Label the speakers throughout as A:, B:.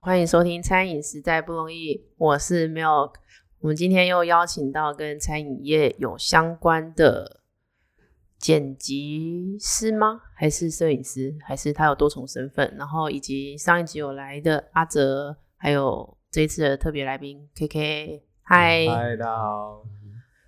A: 欢迎收听《餐饮实在不容易》，我是 Milk。我们今天又邀请到跟餐饮业有相关的剪辑师吗？还是摄影师？还是他有多重身份？然后以及上一集有来的阿哲，还有这一次的特别来宾 KK。嗨，
B: 嗨，大家好。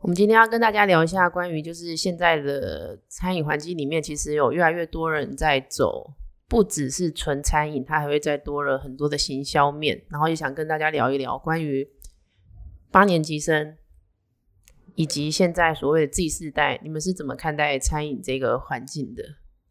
A: 我们今天要跟大家聊一下关于就是现在的餐饮环境里面，其实有越来越多人在走，不只是纯餐饮，它还会再多了很多的行销面。然后也想跟大家聊一聊关于八年级生以及现在所谓的 Z 世代，你们是怎么看待餐饮这个环境的？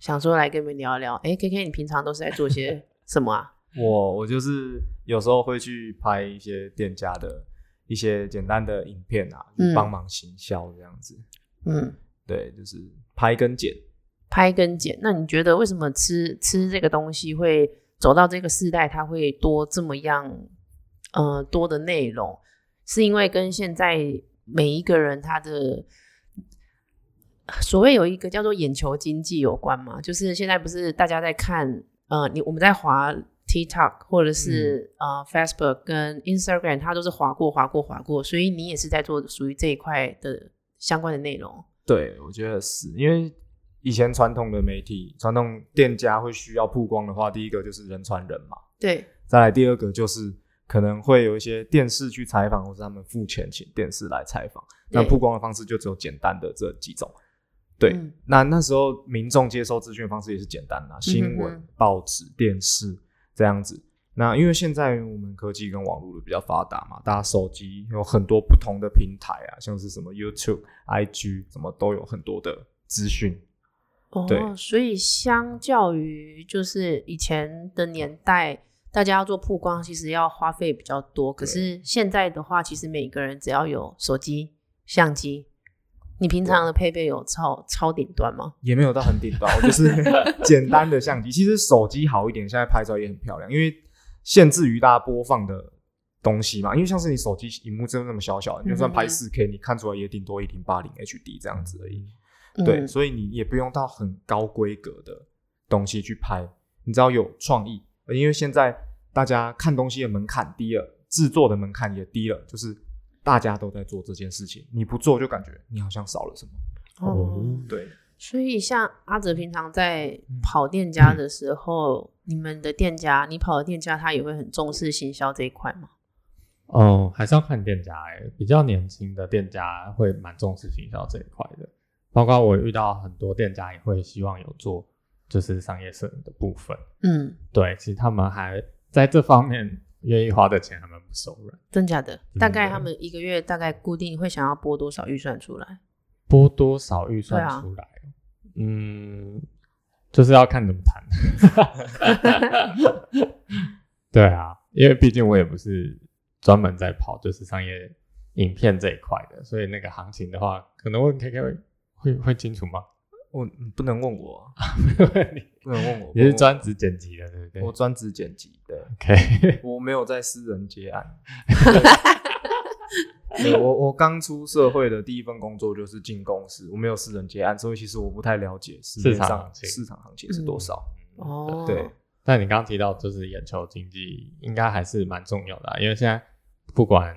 A: 想说来跟你们聊一聊。哎，K K，你平常都是在做些什么啊？
B: 我我就是有时候会去拍一些店家的一些简单的影片啊，
A: 嗯
B: 帮忙行销这样子。
A: 嗯，
B: 对，就是拍跟剪。
A: 拍跟剪。那你觉得为什么吃吃这个东西会走到这个世代，它会多这么样呃多的内容？是因为跟现在每一个人他的所谓有一个叫做眼球经济有关嘛？就是现在不是大家在看呃，你我们在滑 TikTok 或者是、呃 Facebook 跟 Instagram，它都是滑过滑过滑过，所以你也是在做属于这一块的相关的内容。
B: 对，我觉得是因为以前传统的媒体、传统店家会需要曝光的话，第一个就是人传人嘛，
A: 对，
B: 再来第二个就是可能会有一些电视去采访，或是他们付钱请电视来采访。那
A: 对
B: 曝光的方式就只有简单的这几种。对，
A: 嗯
B: 那那时候民众接收资讯的方式也是简单啦，新闻、
A: 嗯哼
B: 报纸、电视这样子。那因为现在我们科技跟网络的比较发达嘛，大家手机有很多不同的平台啊，像是什么 YouTube、IG，什么都有很多的资讯。对
A: 哦，所以相较于就是以前的年代，大家要做曝光，其实要花费比较多。可是现在的话，其实每个人只要有手机、相机，你平常的配备有超超顶端吗？
B: 也没有到很顶 端，我就是简单的相机。其实手机好一点，现在拍照也很漂亮，因为限制于大家播放的东西嘛。因为像是你手机荧幕真的那么小小，你就算拍
A: 嗯
B: 四 K，你看出来也顶多一零八零 HD 这样子而已。
A: 嗯、
B: 对，所以你也不用到很高规格的东西去拍，你只要有创意。呃因为现在大家看东西的门槛低了，制作的门槛也低了，就是大家都在做这件事情，你不做就感觉你好像少了什么。
A: 哦，嗯
B: 对。
A: 所以像阿哲平常在跑店家的时候，你们的店家，你跑的店家，他也会很重视行销这一块吗？
C: 哦，还是要看店家哎、比较年轻的店家会蛮重视行销这一块的，包括我遇到很多店家也会希望有做就是商业摄影的部分。
A: 嗯，
C: 对，其实他们还在这方面愿意花的钱，他们不手软，
A: 真假的？大概
C: 嗯
A: 他们一个月大概固定会想要拨多少预算出来？
C: 拨多少预算
A: 对啊
C: 出来？哦嗯，就是要看怎 么谈。对啊，因为毕竟我也不是专门在跑就是商业影片这一块的，所以那个行情的话，可能问 K K 会会会清楚吗？
B: 我你不能问我啊，
C: 你
B: 不能问我，
C: 你是专职剪辑的，对不对
B: 我专职剪辑，对
C: ？OK，
B: 我没有在私人 接案。对我我刚出社会的第一份工作就是进公司，我没有私人接案，所以其实我不太了解市面
C: 市场
B: 上
C: 行情嗯
B: 市场行情是多少。
A: 哦，
B: 对，
C: 但你刚刚提到，就是眼球经济应该还是蛮重要的啊、因为现在不管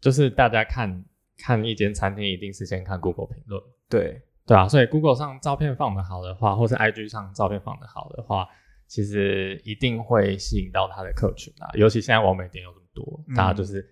C: 就是大家看看一间餐厅，一定是先看 Google 评论，
B: 对
C: 对啊，所以 Google 上照片放的好的话，或是 IG 上照片放的好的话，其实一定会吸引到他的客群啊。尤其现在完美点有这么多，
B: 嗯
C: 大家就是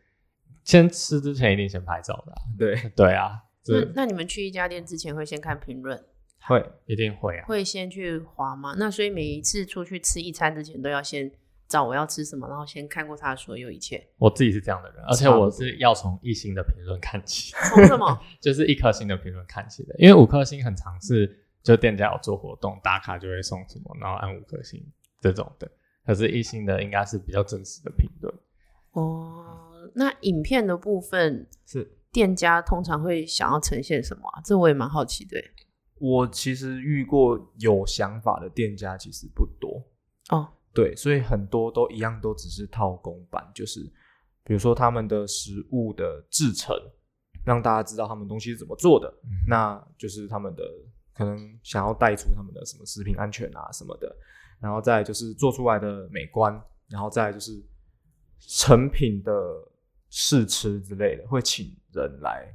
C: 先吃之前一定先拍照的啊、
B: 对，
C: 对啊，
A: 那
C: 这
A: 那你们去一家店之前会先看评论，
B: 会
C: 一定会啊。
A: 会先去划吗？那所以每一次出去吃一餐之前，都要先找我要吃什么，然后先看过他的所有一切。
C: 我自己是这样的人，而且
B: 差不多
C: 我是要从一星的评论看起。
A: 从什么？
C: 就是一颗星的评论看起来，因为五颗星很常是就店家有做活动打卡就会送什么，然后按五颗星这种的。可是一星的应该是比较真实的评论，
A: 哦，那影片的部分，
B: 是
A: 店家通常会想要呈现什么啊？这我也蛮好奇的耶。
B: 我其实遇过有想法的店家其实不多，
A: 哦，
B: 对，所以很多都一样，都只是套工版，就是比如说他们的食物的制成，让大家知道他们东西是怎么做的，那就是他们的可能想要带出他们的什么食品安全啊什么的，然后再来就是做出来的美观，然后再来就是成品的试吃之类的，会请人来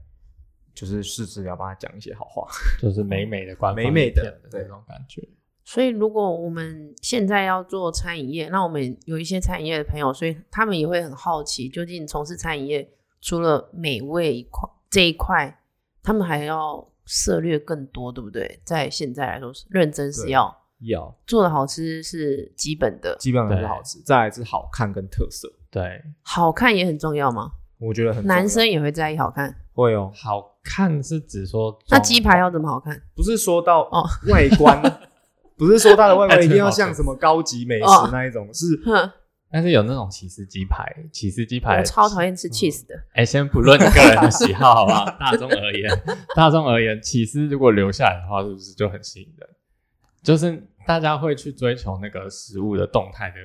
B: 就是试吃，要帮他讲一些好话。
C: 就是美美的官方
B: 美美的
C: 影片
B: 对
C: 那种感觉。
A: 所以，如果我们现在要做餐饮业，那我们有一些餐饮业的朋友，所以他们也会很好奇，究竟从事餐饮业除了美味一块这一块，他们还要涉猎更多，对不对？在现在来说，认真是
B: 对
A: 要
B: 要
A: 做的好吃是基本的，
B: 基本上是
C: 对
B: 好吃，再来是好看跟特色，
C: 对，
A: 好看也很重要吗？
B: 我觉得很重要
A: 男生也会在意好看，
B: 会哦，
C: 好看是指说
A: 那
C: 装
A: 鸡排要怎么好看？
B: 不是说到
A: 哦
B: 外 观，不是说它的外观一定要
C: 哎这个好
B: 像
C: 吃
B: 什么高级美
A: 哦
B: 食那一种，是
A: 哼，
C: 但是有那种起司鸡排，起司鸡排
A: 我超讨厌吃
B: 嗯
A: cheese 的。
C: 哎、先不论你个人的喜好，好不好？大众而言，大众而言，起司如果留下来的话，是不是就很吸引人？就是大家会去追求那个食物的动态的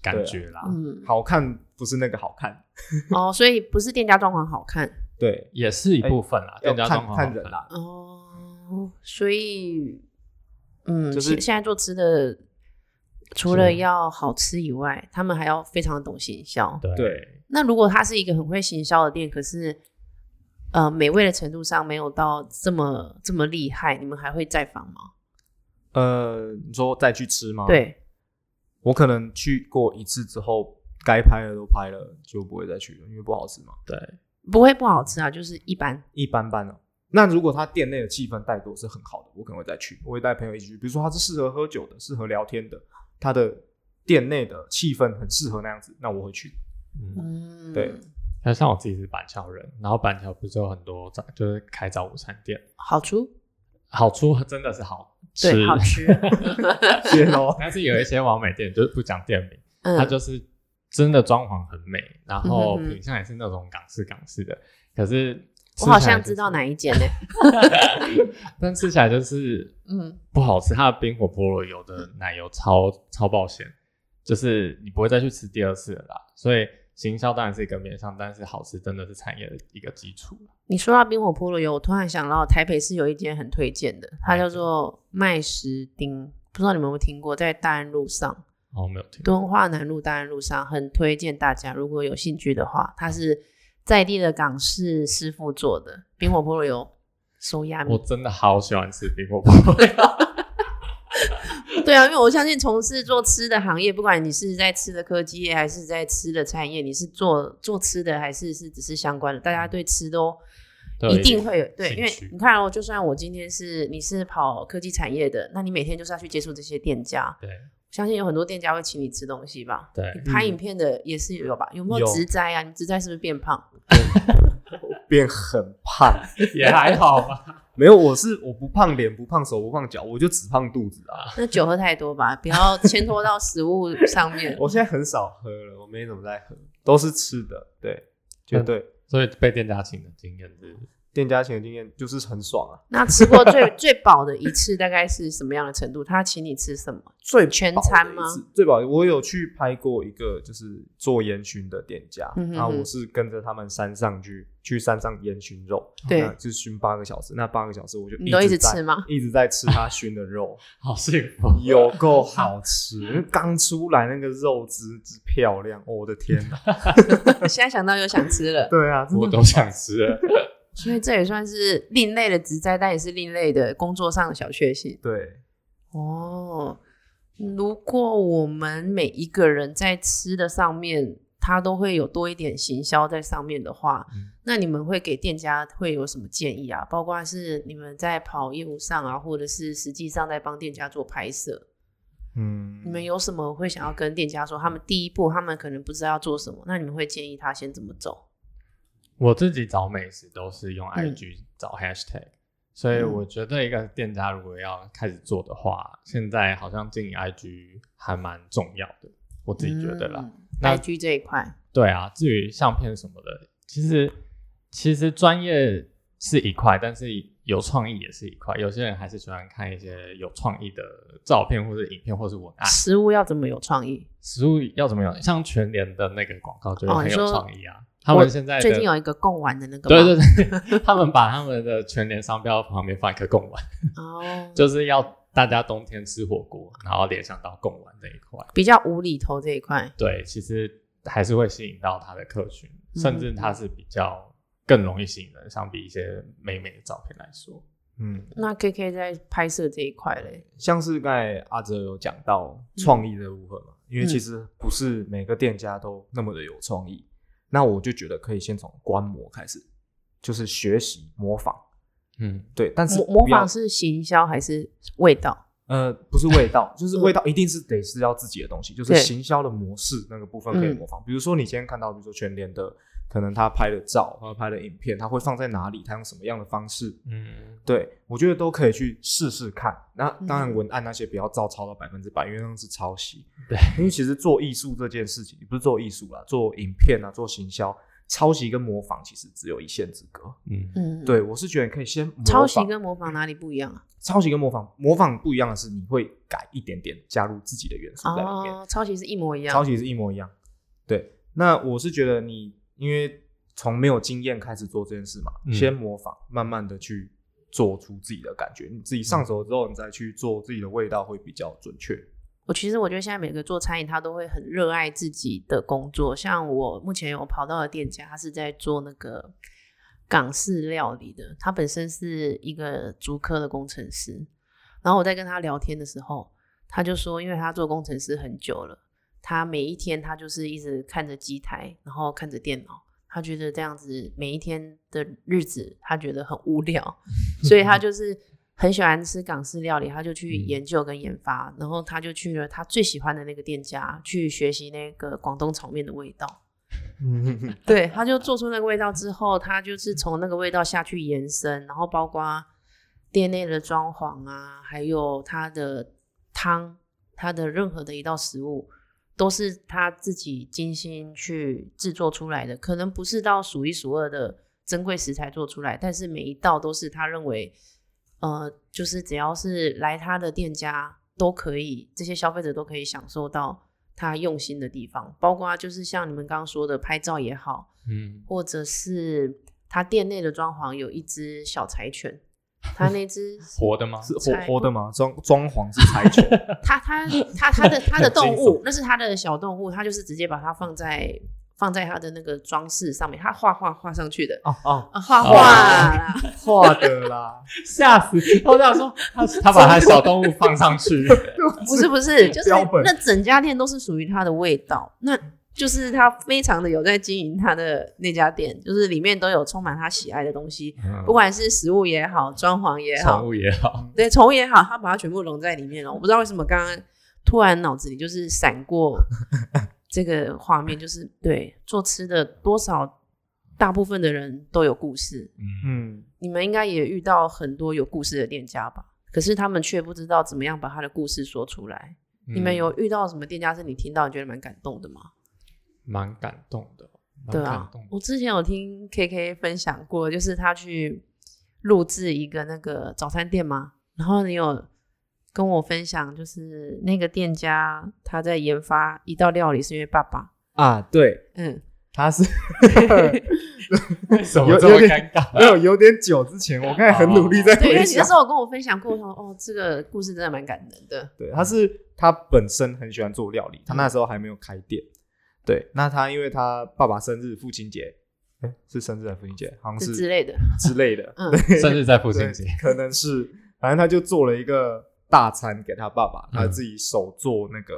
C: 感觉啦，
A: 嗯，
B: 好看不是那个好看，
A: 哦，所以不是店家装潢好看
B: 对，
C: 也是一部分啦。
B: 要
C: 店家装
B: 看
C: 潢
B: 看人啦，
A: 哦，所以嗯，
B: 就是
A: 现现在做吃的，除了
C: 是
A: 要好吃以外，他们还要非常的懂行销。
C: 对
B: 对
A: 那如果他是一个很会行销的店，可是呃美味的程度上没有到这么这么厉害，你们还会再访吗？
B: 呃，你说再去吃吗？，
A: 对，
B: 我可能去过一次之后，该拍的都拍了，就不会再去了，因为不好吃嘛，
C: 对
A: 不会不好吃啊，就是一般。
B: 一般般哦。那如果他店内的气氛带给我是很好的，我可能会再去，我会带朋友一起去。比如说他是适合喝酒的，适合聊天的，他的店内的气氛很适合那样子，那我会去。
A: 嗯，
C: 嗯，
B: 对，
C: 那像我自己是板桥人，然后板桥不是有很多早就是开早午餐店，
A: 好出
C: 好处真的是好吃，
A: 对好吃，
B: 谢喽。
C: 但是有一些完美店就是不讲店名，
A: 嗯，
C: 它就是真的装潢很美，然后
A: 嗯哼哼
C: 品相也是那种港式港式的，可是
A: 我好像
C: 吃
A: 知
C: 起来就是
A: 道哪一间呢、
C: 但吃起来就是
A: 嗯，
C: 不好吃。它的冰火菠萝油的奶油超超爆咸，就是你不会再去吃第二次了啦。所以行销当然是一个面向，但是好吃真的是产业的一个基础。
A: 你说到冰火菠萝油，我突然想到台北市有一间很推荐的，它叫做麦食丁，不知道你们有没有听过，在大安路上，
C: 哦，没有听过，
A: 敦化南路大安路上，很推荐大家，如果有兴趣的话，它是在地的港式师傅做的冰火菠萝油手压
C: 我
A: 米。
C: 真的好喜欢吃冰火 菠萝油。
A: 对啊，因为我相信从事做吃的行业，不管你是在吃的科技业，还是在吃的产业，你是做做吃的，还是是只是相关的，大家对吃都
C: 都有
A: 一
C: 一
A: 定
C: 点
A: 会有对，
C: 兴
A: 因为
C: 趣
A: 你看哦，就算我今天是你是跑科技产业的，那你每天就是要去接触这些店家，
C: 对
A: 相信有很多店家会请你吃东西吧。
C: 对，嗯
A: 拍影片的也是有吧？有没有
B: 有
A: 植栽啊？你植栽是不是变胖？
B: 变很胖，
C: 也还好吧。
B: 没有，我是我不胖脸，不胖手，不胖脚，我就只胖肚子啊。。
A: 那酒喝太多吧，不要 牵拖到食物上面
B: 我现在很少喝了，我没怎么在喝，都是吃的。对，绝对、
C: 所以被店家请的经验是，
B: 店家请的经验就是很爽啊。
A: 那吃过最 最饱的一次大概是什么样的程度？他请你吃什么？最全餐吗
B: 饱？的一次？最饱，我有去拍过一个就是做烟熏的店家，
A: 嗯哼哼
B: 那我是跟着他们山上去去山上烟熏肉，
A: 对
B: 那就熏八个小时，那八个小时我就
A: 你都一直
B: 在
A: 吃吗？
B: 一直在吃他熏的 肉，
C: 好幸福。
A: 嗯
B: 有够好吃，刚出来那个肉汁之漂亮，哦我的天哪！
A: 现在想到又想吃了。
B: 对啊，真的
C: 我都想吃了。
A: 所以这也算是另类的职灾，但也是另类的工作上的小确幸。
B: 对，
A: 哦，如果我们每一个人在吃的上面，他都会有多一点行销在上面的话，
C: 嗯
A: 那你们会给店家会有什么建议啊？包括是你们在跑业务上啊，或者是实际上在帮店家做拍摄，
B: 嗯，
A: 你们有什么会想要跟店家说？他们第一步，他们可能不知道要做什么，那你们会建议他先怎么走？
C: 我自己找美食都是用
A: 嗯
C: IG 找 hashtag，、所以
A: 嗯
C: 我觉得一个店家如果要开始做的话，现在好像经营 IG 还蛮重要的，我自己觉得啦。
A: 嗯、
C: 那
A: IG 这一块，
C: 对啊，至于相片什么的，其实其实专业是一块，但是有创意也是一块。有些人还是喜欢看一些有创意的照片或者影片或是文案。
A: 食物要怎么有创意？
C: 食物要怎么样？像全联的那个广告就
A: 哦
C: 很
A: 你
C: 有
A: 说
C: 创意啊。他
A: 我
C: 们现在
B: 哎
C: 的
A: 最近有一个贡丸的那个
C: 对
A: 吗，
C: 对对， 他们把他们的全年商标旁边放一颗贡丸，
A: 哦，
C: 就是要大家冬天吃火锅，然后联想到贡丸这一块。
A: 比较无厘头这一块。
C: 对，其实还是会吸引到他的客群，甚至它是比较更容易吸引人，相比一些美美的照片来说。
B: 嗯，
A: 那 K K 在拍摄这一块嘞，
B: 像是刚才阿哲有讲到创意的如何嘛，因为
A: 嗯
B: 其实不是每个店家都那么的有创意，那我就觉得可以先从观摩开始，就是学习模仿。
C: 嗯，
B: 对，但是
A: 模模
B: 不要
A: 仿是行销还是味道？
B: 呃，不是 味道，就是
A: 嗯
B: 味道一定是得是要自己的东西，就是
A: 对嗯
B: 行销的模式那个部分可以模仿。比如说你今天看到，比如说全联的，可能他拍的照或者拍的影片，他会放在哪里，他用什么样的方式，
C: 嗯，
B: 对我觉得都可以去试试看。那当然
A: 嗯
B: 文案那些不要照抄到百分之百，因为那是抄袭。
C: 对，
B: 因为其实做艺术这件事情，不是做艺术啦，做影片啊，做行销，抄袭跟模仿其实只有一线之隔。
C: 嗯，
A: 嗯，，
B: 对我是觉得你可以先模仿
A: 抄袭跟模仿哪里不一样啊？
B: 抄袭跟模仿，模仿不一样的是你会改一点点，加入自己的元素在里面。
A: 哦，抄袭是一模一样。
B: 抄袭是一模一样。对，那我是觉得你因为从没有经验开始做这件事嘛，
C: 嗯
B: 先模仿，慢慢的去做出自己的感觉，你自己
C: 嗯
B: 上手之后，你再去做自己的味道会比较准确。
A: 我其实我觉得现在每个做餐饮，他都会很热爱自己的工作。像我目前有跑到的店家，他是在做那个港式料理的，他本身是一个竹科的工程师。然后我在跟他聊天的时候，他就说，因为他做工程师很久了，他每一天他就是一直看着机台，然后看着电脑，他觉得这样子每一天的日子，他觉得很无聊，所以他就是很喜欢吃港式料理，他就去研究跟研发，然后他就去了他最喜欢的那个店家去学习那个广东炒面的味道。
B: 嗯，
A: 对，他就做出那个味道之后，他就是从那个味道下去延伸，然后包括店内的装潢啊，还有他的汤，他的任何的一道食物，都是他自己精心去制作出来的，可能不是到数一数二的珍贵食材做出来，但是每一道都是他认为，呃，就是只要是来他的店家都可以，这些消费者都可以享受到他用心的地方，包括就是像你们刚刚说的拍照也好，
C: 嗯，
A: 或者是他店内的装潢有一只小柴犬，他那只
C: 活的吗？
B: 是
A: 猜
B: 活活的吗？装装潢是柴犬，
A: 他他他他的他的动
B: 很惊
A: 物，那是他的小动物，他就是直接把它放在放在他的那个装饰上面，他画画画上去的
B: 哦哦，
A: 啊，画画 啦，
B: 画的 啦，
C: 吓死！我想说，他他把他小动物放上 去，
A: 不是不是，就是
B: 标本
A: 那整家店都是属于他的味道，那就是他非常的有在经营他的那家店，就是里面都有充满他喜爱的东西，
C: 嗯
A: 不管是食物也好，装潢也好
C: 宠，物也好，
A: 对，宠物也好，他把它全部融在里面了。我不知道为什么刚刚突然脑子里就是闪过这个画面，就是对做吃的多少，大部分的人都有故事，
C: 嗯，
B: 嗯，
A: 你们应该也遇到很多有故事的店家吧？可是他们却不知道怎么样把他的故事说出来。
C: 嗯
A: 你们有遇到什么店家是你听到你觉得蛮感动的吗？
C: 蛮感动的，蛮
A: 对
C: 感
A: 啊
C: 动，的
A: 我之前有听 K K 分享过，就是他去录制一个那个早餐店嘛，然后你有跟我分享，就是那个店家他在研发一道料理是因为爸爸，
B: 啊，对，
A: 嗯，
B: 他 是
C: 为什么
B: 有
C: 这么
B: 有点
C: 尴尬？哦
B: 没有有点久之前， 我刚才很努力在
A: 对，因为
B: 回
A: 你那
B: 想
A: 时，候有跟我分享过，我想说哦，这个故事真的蛮感人的，
B: 对，他是他本身很喜欢做料
C: 嗯
B: 理，他那时候还没有开店。对，那他因为他爸爸生日、父亲节，哎，是生日还是父亲节？好像
A: 这
B: 是
A: 之类的，
B: 之类的，
A: 嗯
C: 生日在父
B: 对
C: 亲节，，
B: 可能是，反正他就做了一个大餐给他爸爸，
C: 嗯
B: 他自己手做那个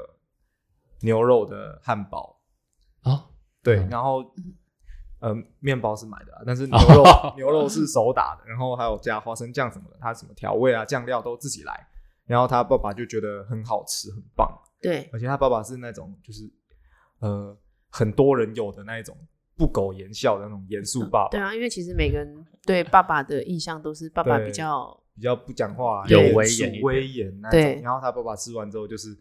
B: 牛肉的汉堡，
C: 啊，
B: 对，
C: 嗯
B: 然后
A: 嗯。
B: 呃，面包是买的啊、但是牛肉
C: 哦
B: 牛肉是手打的，然后还有加花生酱什么的，他什么调味啊、酱料都自己来。然后他爸爸就觉得很好吃，很棒，
A: 对，
B: 而且他爸爸是那种就是呃很多人有的那一种不苟言笑的那种严肃爸
A: 对
B: 爸，
A: 啊，因为其实每个人对爸爸的印象都是爸爸
B: 对
A: 比较
B: 比较不讲话、啊
C: 啊有
B: 严
C: 威
B: 肃
C: 严一点
B: 威严那
A: 对
B: 种。然后他爸爸吃完之后就是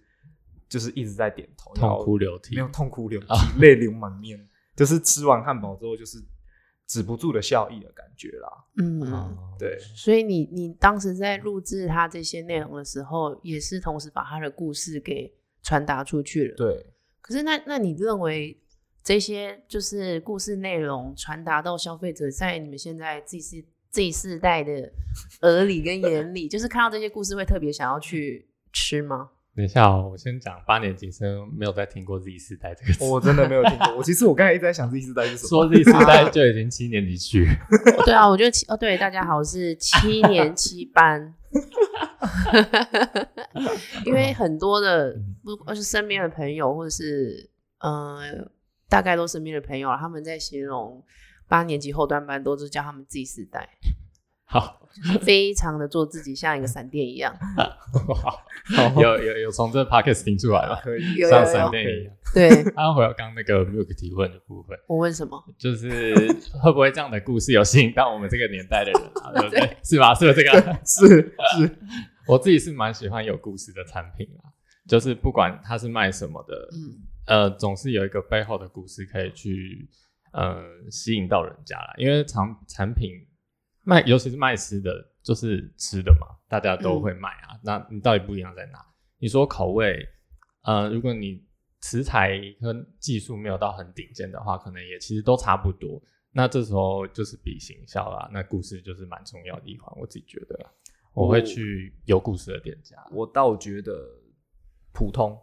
B: 就是一直在点头，然
C: 痛
B: 后
C: 哭流涕啊
B: 没，有痛哭流涕，泪流满面，就是吃完汉堡之后就是止不住的笑意的感觉啦。
A: 嗯。
C: 哦
B: 对，
A: 所以你你当时在录制他这些内容的时候，也是同时把他的故事给传达出去了。。
B: 对，
A: 可是那那你认为这些就是故事内容传达到消费者，在你们现在这世这一 世代的耳里跟眼里，就是看到这些故事会特别想要去吃吗？
C: 等一下哦，我先讲八年级生没有再听过 Z 世代这个词，
B: 我真的没有听过。我其实我刚才一直在想 Z 世代是什么，
C: 说 Z 世代就已经七年级去，
A: 对啊，我觉得七哦，对，大家好，我是七年七班， 因为很多的不，而是身边的朋友，或者是嗯、呃大概都身边的朋友，他们在形容八年级后端班，都是叫他们自己世代，
C: 好，
A: 非常的做自己，像一个闪电一样。
C: 好有有有从这 podcast 听出来吗？
B: 可以
A: 有
C: 像
A: 有
C: 闪电一样。
A: 对
C: 他回到刚刚那个 milk 提问的部分，
A: 我问什么？
C: 就是会不会这样的故事有吸引到我们这个年代的人 啊？对不对？是吧？是不是这个？
B: 是是，
C: 我自己是蛮喜欢有故事的产品啊，就是不管它是卖什么的，
A: 嗯，
C: 呃，总是有一个背后的故事可以去呃吸引到人家啦。因为产产品卖，尤其是卖吃的，就是吃的嘛，大家都会买啊。那你到底不一样在哪？你说口味，呃，如果你食材跟技术没有到很顶尖的话，可能也其实都差不多。那这时候就是比行销啦，那故事就是蛮重要的一环，我自己觉得啦，我会去有故事的店家。
B: 我倒觉得普通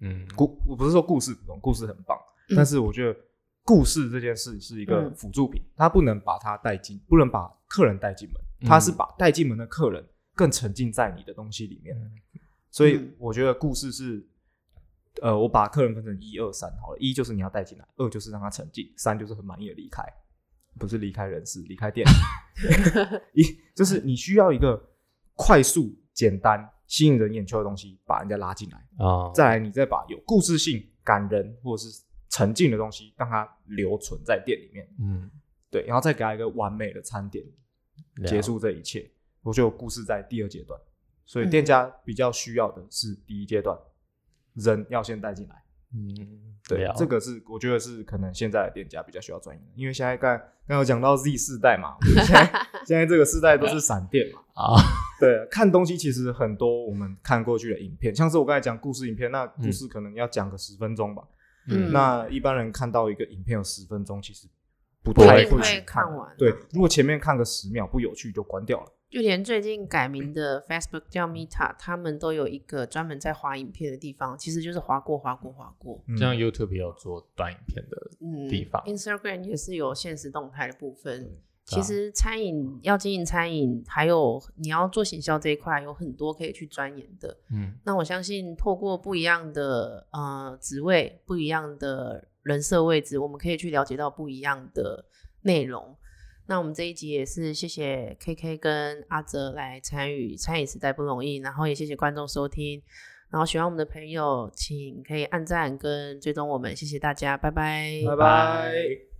C: 嗯，
B: 故，我不是说故事普通，故事很棒，
A: 嗯
B: 但是我觉得故事这件事是一个
A: 嗯
B: 辅助品，它不能把它带进，不能把客人带进门，它是把带进门的客人更沉浸在你的东西里面。所以
A: 嗯
B: 我觉得故事是，呃，我把客人分成一二三好了，一就是你要带进来，二就是让他沉浸，三就是很满意的离开，不是离开人世，离 开店里，一就是你需要一个快速、简单、吸引人眼球的东西，把人家拉进来。
C: 啊，
B: 再来，你再把有故事性、感人或者是沉浸的东西，让它留存在店里面。
C: 嗯，
B: 对，然后再给他一个完美的餐点，
C: 了
B: 结束这一切。我觉得有故事在第二阶段，所以
A: 嗯
B: 店家比较需要的是第一阶段，人要先带进来。
C: 嗯，
B: 对
C: 了，
B: 这个是我觉得是可能现在的店家比较需要专业的，因为现在刚刚有讲到 Z 世 代嘛，我觉得现在现在这个世代都是闪电嘛，
C: 啊，
B: 对，看东西其实很多，我们看过去的影片，像是我刚才讲故事影片，那故事可能要讲个十分钟吧。
A: 嗯
B: 那一般人看到一个影片有十分钟，其实不
C: 不
B: 太
C: 一定
A: 会
B: 去
A: 看
B: 看
A: 完
B: 对，如果前面看个十秒不有趣就关掉了。
A: 就连最近改名的 Facebook 叫 Meta，他们都有一个专门在划影片的地方，其实就是划过、划过、划过。
B: 嗯
C: 像 YouTube 也有做短影片的，
A: 嗯
C: 地方
A: Instagram 也是有现实动态的部分。
C: 对啊
A: 其实餐饮要经营餐饮，还有你要做行销这一块，有很多可以去钻研的。
C: 嗯
A: 那我相信，透过不一样的呃职位、不一样的人设位置，我们可以去了解到不一样的内容。那我们这一集也是谢谢 KK 跟阿哲来参与，餐饮实在不容易，然后也谢谢观众收听。然后喜欢我们的朋友，请可以按赞跟追踪我们，谢谢大家，拜拜，
C: 拜
B: 拜拜